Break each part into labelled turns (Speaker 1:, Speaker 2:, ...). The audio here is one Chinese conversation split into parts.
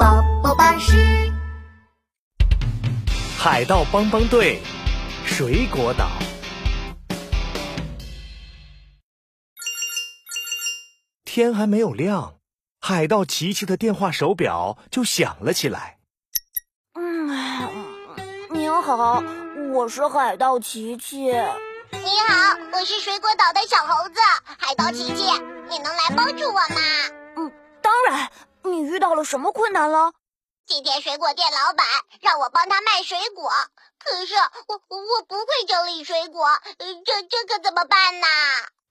Speaker 1: 巴士，
Speaker 2: 海盗帮帮队，水果岛。天还没有亮，海盗琪琪的电话手表就响了起来。
Speaker 3: 您嗯好，我是海盗琪琪。
Speaker 1: 你好，我是水果岛的小猴子，海盗琪琪，你能来帮助我吗？
Speaker 3: 当然，你遇到了什么困难了？
Speaker 1: 今天水果店老板让我帮他卖水果，可是我我不会整理水果，呃这这可怎么办呢？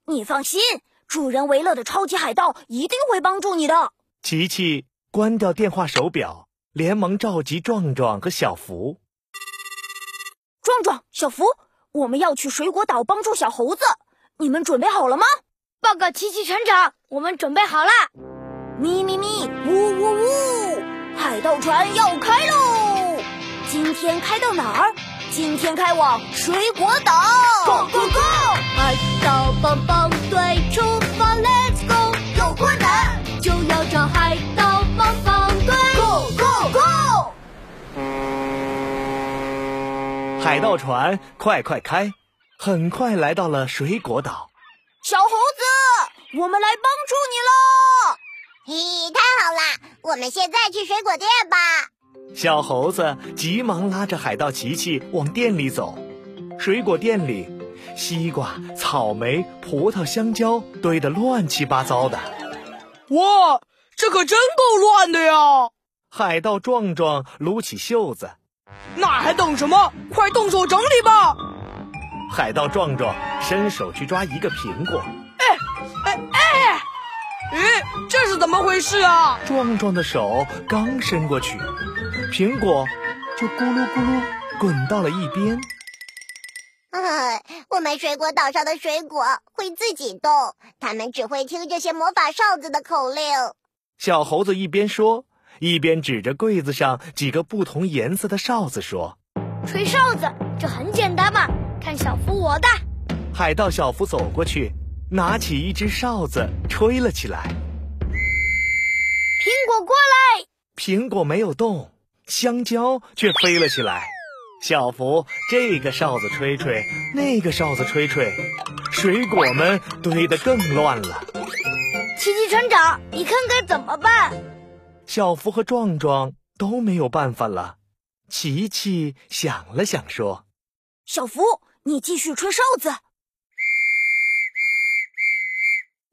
Speaker 3: 你放心，助人为乐的超级海盗一定会帮助你的。
Speaker 2: 琪琪关掉电话手表，连忙召集壮壮和小福。
Speaker 3: 壮壮、小福，我们要去水果岛帮助小猴子，你们准备好了吗？报告奇奇船长，我们准备好了。咪咪咪，呜呜呜，海盗船要开喽！今天开到哪儿？今天开往水果岛。Go go go！海盗帮帮队出发，Let's go！有困难就要找海盗帮帮队。Go go go！
Speaker 2: 海盗船快快开！很快来到了水果岛。
Speaker 3: 小猴子，我们来帮助你喽！
Speaker 1: 嘿，太好啦！我们现在去水果店吧。
Speaker 2: 小猴子急忙拉着海盗琪琪往店里走。水果店里，西瓜、草莓、葡萄、香蕉堆得乱七八糟的。
Speaker 4: 哇，这可真够乱的呀！
Speaker 2: 海盗壮壮撸起袖子，
Speaker 4: 那还等什么？快动手整理吧！
Speaker 2: 海盗壮壮伸手去抓一个苹果，
Speaker 4: 咦，这是怎么回事啊？
Speaker 2: 壮壮的手刚伸过去，苹果就咕噜咕噜滚到了一边。
Speaker 1: 嗯，我们水果岛上的水果会自己动，它们只会听这些魔法哨子的口令。
Speaker 2: 小猴子一边说，一边指着柜子上几个不同颜色的哨子说。
Speaker 3: 吹哨子，这很简单嘛！看小福我的，
Speaker 2: 海盗小福走过去，拿起一只哨子吹了起来。
Speaker 3: 苹果过来，
Speaker 2: 苹果没有动，香蕉却飞了起来。小福这个哨子吹吹，那个哨子吹吹，水果们堆得更乱了。
Speaker 3: 奇奇船长，你看该怎么办？
Speaker 2: 小福和壮壮都没有办法了。琪琪想了想说
Speaker 3: 小福，你继续吹哨子。：“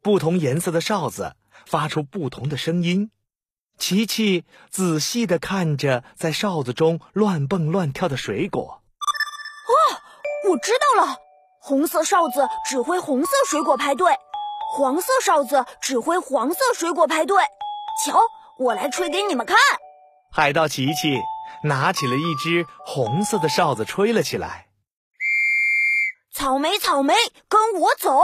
Speaker 2: 不同颜色的哨子发出不同的声音。”琪琪仔细地看着在哨子中乱蹦乱跳的水果。
Speaker 3: 我知道了，红色哨子指挥红色水果排队，黄色哨子指挥黄色水果排队。瞧，我来吹给你们看。
Speaker 2: 海盗琪琪拿起了一只红色的哨子吹了起来。
Speaker 3: 草莓，草莓，跟我走！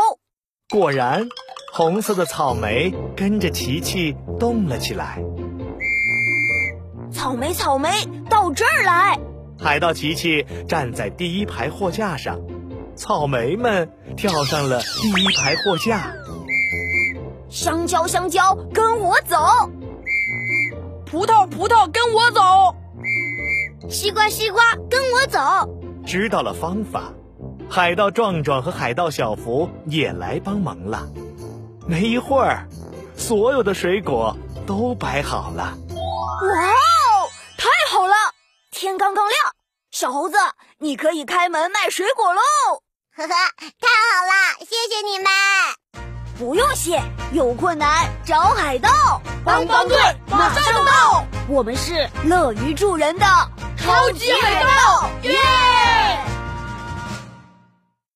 Speaker 2: 果然，红色的草莓跟着琪琪动了起来。
Speaker 3: 草莓，草莓，到这儿来！
Speaker 2: 海盗琪琪站在第一排货架上，草莓们跳上了第一排货架，
Speaker 3: 香蕉，香蕉，跟我走！
Speaker 4: 葡萄，葡萄，跟我走！
Speaker 3: 西瓜，西瓜，跟我走！
Speaker 2: 知道了方法。海盗壮壮和海盗小福也来帮忙了。没一会儿，所有的水果都摆好了。
Speaker 3: 哇哦，太好了！天刚刚亮，小猴子，你可以开门卖水果喽！
Speaker 1: 呵呵，太好啦！谢谢你们。
Speaker 3: 不用谢，有困难找海盗，
Speaker 4: 帮帮队马上到。
Speaker 3: 我们是乐于助人的
Speaker 4: 超级海盗
Speaker 3: 耶！